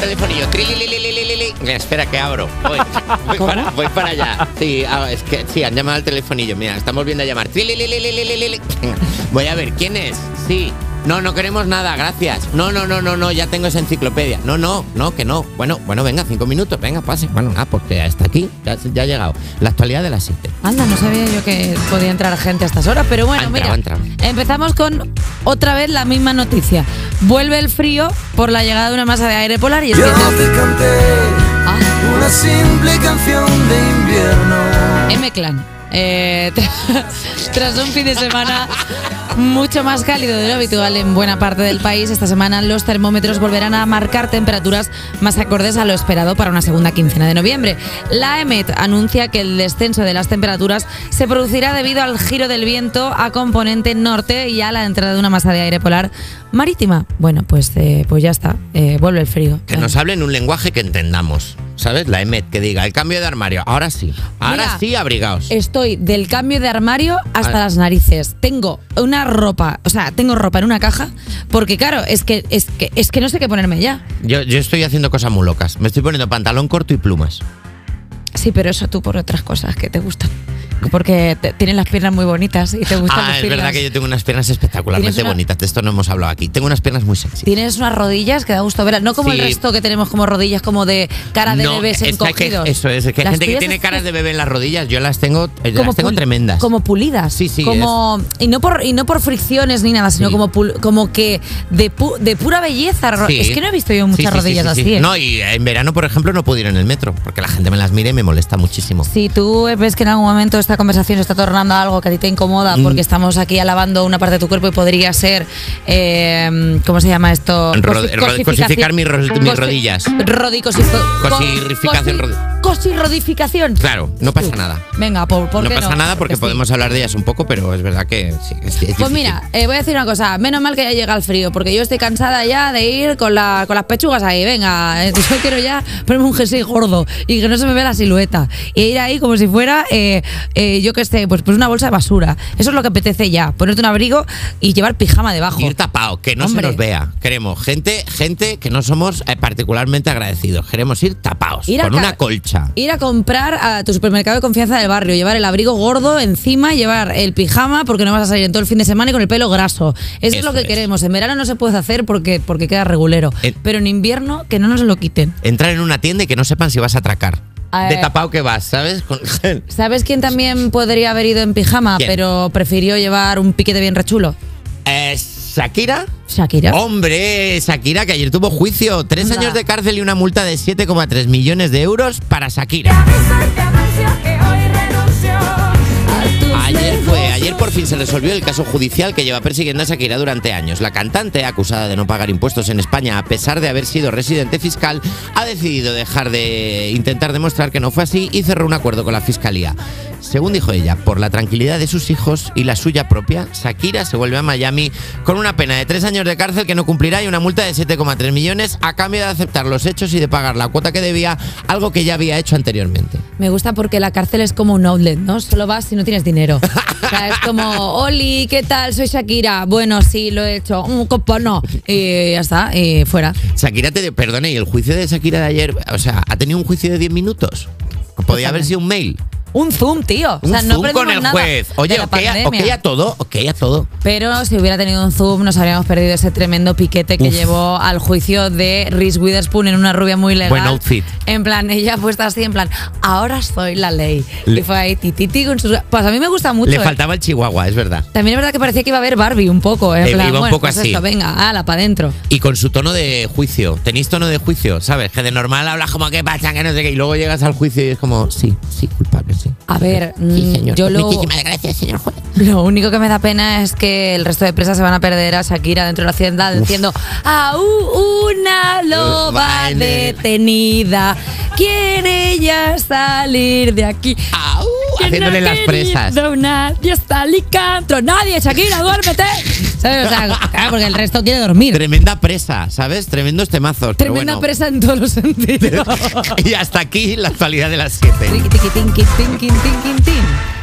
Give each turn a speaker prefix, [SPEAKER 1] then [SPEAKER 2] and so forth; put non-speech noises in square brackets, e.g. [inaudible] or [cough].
[SPEAKER 1] telefonillo. Trilililililili. Mira, espera que abro. Voy, voy para, voy para allá. Sí, ah, es que sí, han llamado al telefonillo. Mira, están volviendo a llamar. Trililililililili. Voy a ver quién es. Sí. No, no queremos nada, gracias. No, no, no, no, no, ya tengo esa enciclopedia. No, no, no, que no. Bueno, bueno, venga, cinco minutos, venga, pase. Bueno, ah, porque hasta aquí, ya, ya ha llegado. La actualidad de las siete.
[SPEAKER 2] Anda, no sabía yo que podía entrar gente a estas horas, pero bueno,
[SPEAKER 1] Ha entrado,
[SPEAKER 2] mira.
[SPEAKER 1] ha entrado.
[SPEAKER 2] Empezamos con otra vez la misma noticia. Vuelve el frío por la llegada de una masa de aire polar y es
[SPEAKER 3] Yo
[SPEAKER 2] que Ah.
[SPEAKER 3] te canté una simple canción de invierno.
[SPEAKER 2] M-Clan. Eh, [laughs] tra- tras un fin de semana mucho más cálido de lo habitual en buena parte del país, esta semana los termómetros volverán a marcar temperaturas más acordes a lo esperado para una segunda quincena de noviembre. La E EMET anuncia que el descenso de las temperaturas se producirá debido al giro del viento a componente norte y a la entrada de una masa de aire polar marítima. Bueno, pues, eh, pues ya está, eh, vuelve el frío.
[SPEAKER 1] Que nos hablen un lenguaje que entendamos. ¿Sabes? La EMET que diga el cambio de armario. Ahora sí. Ahora
[SPEAKER 2] Mira,
[SPEAKER 1] sí, abrigaos.
[SPEAKER 2] Estoy del cambio de armario hasta
[SPEAKER 1] Ah.
[SPEAKER 2] las narices. Tengo una ropa, o sea, tengo ropa en una caja, porque claro, es que, es que, es que no sé qué ponerme ya.
[SPEAKER 1] Yo, yo estoy haciendo cosas muy locas. Me estoy poniendo pantalón corto y plumas.
[SPEAKER 2] Sí, pero eso tú por otras cosas que te gustan. Porque te- tienes las piernas muy bonitas y te gustan
[SPEAKER 1] ah,
[SPEAKER 2] las
[SPEAKER 1] es
[SPEAKER 2] piernas.
[SPEAKER 1] verdad que yo tengo unas piernas espectacularmente
[SPEAKER 2] Tienes una-
[SPEAKER 1] bonitas. De esto no hemos hablado aquí. Tengo unas piernas muy sexy.
[SPEAKER 2] Tienes unas rodillas que da gusto verlas, no como el
[SPEAKER 1] Sí.
[SPEAKER 2] resto que tenemos como rodillas como de cara de
[SPEAKER 1] No,
[SPEAKER 2] bebés
[SPEAKER 1] es que hay que-
[SPEAKER 2] encogidos.
[SPEAKER 1] eso es, es que hay
[SPEAKER 2] Las
[SPEAKER 1] gente que
[SPEAKER 2] tuyas
[SPEAKER 1] tiene
[SPEAKER 2] es-
[SPEAKER 1] caras de bebé en las rodillas. Yo las tengo, eh, las tengo
[SPEAKER 2] pul-
[SPEAKER 1] tremendas.
[SPEAKER 2] Como pulidas.
[SPEAKER 1] Sí, sí,
[SPEAKER 2] Como, y, no por, y no por fricciones ni nada, sino
[SPEAKER 1] Sí.
[SPEAKER 2] como, pul- como que de, pu- de pura belleza. ro-
[SPEAKER 1] Sí.
[SPEAKER 2] Es que no he visto yo
[SPEAKER 1] Sí,
[SPEAKER 2] muchas
[SPEAKER 1] sí, sí,
[SPEAKER 2] rodillas
[SPEAKER 1] sí, sí.
[SPEAKER 2] así. ¿eh?
[SPEAKER 1] No, y en verano, por ejemplo, no puedo ir en el metro porque la gente me las mira y me molesta muchísimo.
[SPEAKER 2] Si tú ves que en algún momento esta conversación está tornando a algo que a ti te
[SPEAKER 1] Mm.
[SPEAKER 2] incomoda porque estamos aquí alabando una parte de tu cuerpo y podría ser, eh, ¿cómo se llama esto?
[SPEAKER 1] Ro-
[SPEAKER 2] Cosi-
[SPEAKER 1] ro- cosificar mis ro- mis
[SPEAKER 2] cosi-
[SPEAKER 1] rodillas.
[SPEAKER 2] Rodicosificación.
[SPEAKER 1] Cosirrificación, rodi-
[SPEAKER 2] Cosirrodificación.
[SPEAKER 1] Claro, no pasa nada.
[SPEAKER 2] Venga, por, ¿por
[SPEAKER 1] No
[SPEAKER 2] qué
[SPEAKER 1] pasa nada porque
[SPEAKER 2] sí.
[SPEAKER 1] podemos hablar de ellas un poco, pero es verdad que sí, es- es
[SPEAKER 2] Pues
[SPEAKER 1] difícil.
[SPEAKER 2] mira, eh, voy a decir una cosa. Menos mal que ya llega el frío, porque yo estoy cansada ya de ir con, la- con las pechugas ahí. Venga, eh, [laughs] yo quiero ya ponerme un jersey gordo y que no se me vea la silueta. Y ir ahí como si fuera, eh, eh, yo qué sé, pues, pues una bolsa de basura. Eso es lo que apetece ya. Ponerte un abrigo y llevar pijama debajo.
[SPEAKER 1] Ir tapado, que no
[SPEAKER 2] Hombre.
[SPEAKER 1] se nos vea. Queremos gente, gente que no somos eh, particularmente agradecidos. Queremos ir tapados,
[SPEAKER 2] Ir a
[SPEAKER 1] con
[SPEAKER 2] ca-
[SPEAKER 1] una colcha.
[SPEAKER 2] Ir a comprar a tu supermercado de confianza del barrio, llevar el abrigo gordo encima, llevar el pijama porque no vas a salir en todo el fin de semana y con el pelo graso. Eso, es
[SPEAKER 1] Eso
[SPEAKER 2] lo que
[SPEAKER 1] es.
[SPEAKER 2] queremos. En verano no se puede hacer porque, porque queda regulero.
[SPEAKER 1] Eh.
[SPEAKER 2] Pero en invierno que no nos lo quiten.
[SPEAKER 1] Entrar en una tienda y que no sepan si vas a atracar.
[SPEAKER 2] Ah,
[SPEAKER 1] De
[SPEAKER 2] eh.
[SPEAKER 1] tapado que vas, ¿sabes? Con-
[SPEAKER 2] ¿Sabes quién también podría haber ido en pijama,
[SPEAKER 1] ¿Quién?
[SPEAKER 2] pero prefirió llevar un piquete bien rechulo?
[SPEAKER 1] Eh, Shakira.
[SPEAKER 2] Shakira.
[SPEAKER 1] Oh. Hombre, Shakira, que ayer tuvo juicio. Tres
[SPEAKER 2] Anda.
[SPEAKER 1] años de cárcel y una multa de 7,3 millones de euros para Shakira. Ayer fue, ayer por fin se resolvió el caso judicial que lleva persiguiendo a Shakira durante años. La cantante, acusada de no pagar impuestos en España a pesar de haber sido residente fiscal, ha decidido dejar de intentar demostrar que no fue así y cerró un acuerdo con la fiscalía. Según dijo ella, por la tranquilidad de sus hijos y la suya propia, Shakira se vuelve a Miami con una pena de tres años de cárcel que no cumplirá y una multa de 7,3 millones a cambio de aceptar los hechos y de pagar la cuota que debía, algo que ya había hecho anteriormente.
[SPEAKER 2] Me gusta porque la cárcel es como un outlet, ¿no? Solo vas si no
[SPEAKER 1] [laughs]
[SPEAKER 2] tienes dinero. O sea, es como, Oli, ¿qué tal? Soy Shakira. Bueno, sí, lo he hecho. Un copo, no. Y ya está, y fuera.
[SPEAKER 1] Shakira te perdone, y el juicio de Shakira de ayer, o sea, ha tenido un juicio de 10 minutos. Podía haber sido un mail.
[SPEAKER 2] Un zoom, tío. O
[SPEAKER 1] Un
[SPEAKER 2] sea, no
[SPEAKER 1] zoom con
[SPEAKER 2] aprendimos
[SPEAKER 1] el
[SPEAKER 2] nada
[SPEAKER 1] juez.
[SPEAKER 2] de
[SPEAKER 1] Oye,
[SPEAKER 2] la
[SPEAKER 1] ok a,
[SPEAKER 2] pandemia.
[SPEAKER 1] ok a todo, ok a todo.
[SPEAKER 2] Pero si hubiera tenido un zoom, nos habríamos perdido ese tremendo piquete que
[SPEAKER 1] Uf.
[SPEAKER 2] llevó al juicio de Reese Witherspoon en una rubia muy legal.
[SPEAKER 1] Buen outfit.
[SPEAKER 2] En plan, ella puesta así, en plan, ahora soy la ley.
[SPEAKER 1] Le-
[SPEAKER 2] y fue ahí, tititi, con sus. Pues a mí me gusta mucho.
[SPEAKER 1] Le
[SPEAKER 2] eh.
[SPEAKER 1] faltaba el chihuahua, es verdad.
[SPEAKER 2] También es verdad que parecía que iba a haber Barbie un poco. eh, En
[SPEAKER 1] Eh,
[SPEAKER 2] plan,
[SPEAKER 1] iba un
[SPEAKER 2] bueno,
[SPEAKER 1] poco
[SPEAKER 2] pues
[SPEAKER 1] así.
[SPEAKER 2] esto, venga, ala, para adentro.
[SPEAKER 1] Y con su tono de juicio. Tenéis tono de juicio, ¿sabes? Que de normal hablas como que pasa, que no sé qué. Y luego llegas al juicio y es como, sí, sí, culpable, sí.
[SPEAKER 2] A ver,
[SPEAKER 1] Sí,
[SPEAKER 2] mm,
[SPEAKER 1] señor.
[SPEAKER 2] yo lo,
[SPEAKER 1] Muchísimas gracias, señor juez.
[SPEAKER 2] lo único que me da pena es que el resto de presas se van a perder a Shakira dentro de la hacienda diciendo a una loba
[SPEAKER 1] Vale.
[SPEAKER 2] detenida quiere ella salir de aquí.
[SPEAKER 1] ¡Au!
[SPEAKER 2] Que
[SPEAKER 1] Haciéndole
[SPEAKER 2] no
[SPEAKER 1] las
[SPEAKER 2] querido
[SPEAKER 1] presas.
[SPEAKER 2] Una fiesta licantro. Nadie, Shakira, duérmete. ¿Sabes? O sea, claro, porque el resto quiere dormir.
[SPEAKER 1] Tremenda presa, ¿sabes? Tremendos temazos. pero
[SPEAKER 2] Tremenda
[SPEAKER 1] bueno.
[SPEAKER 2] presa en todos los sentidos. [laughs]
[SPEAKER 1] [laughs] y hasta aquí la actualidad de las 7.
[SPEAKER 2] Triqui, tiqui, tinqui, tinqui, tinqui, tin.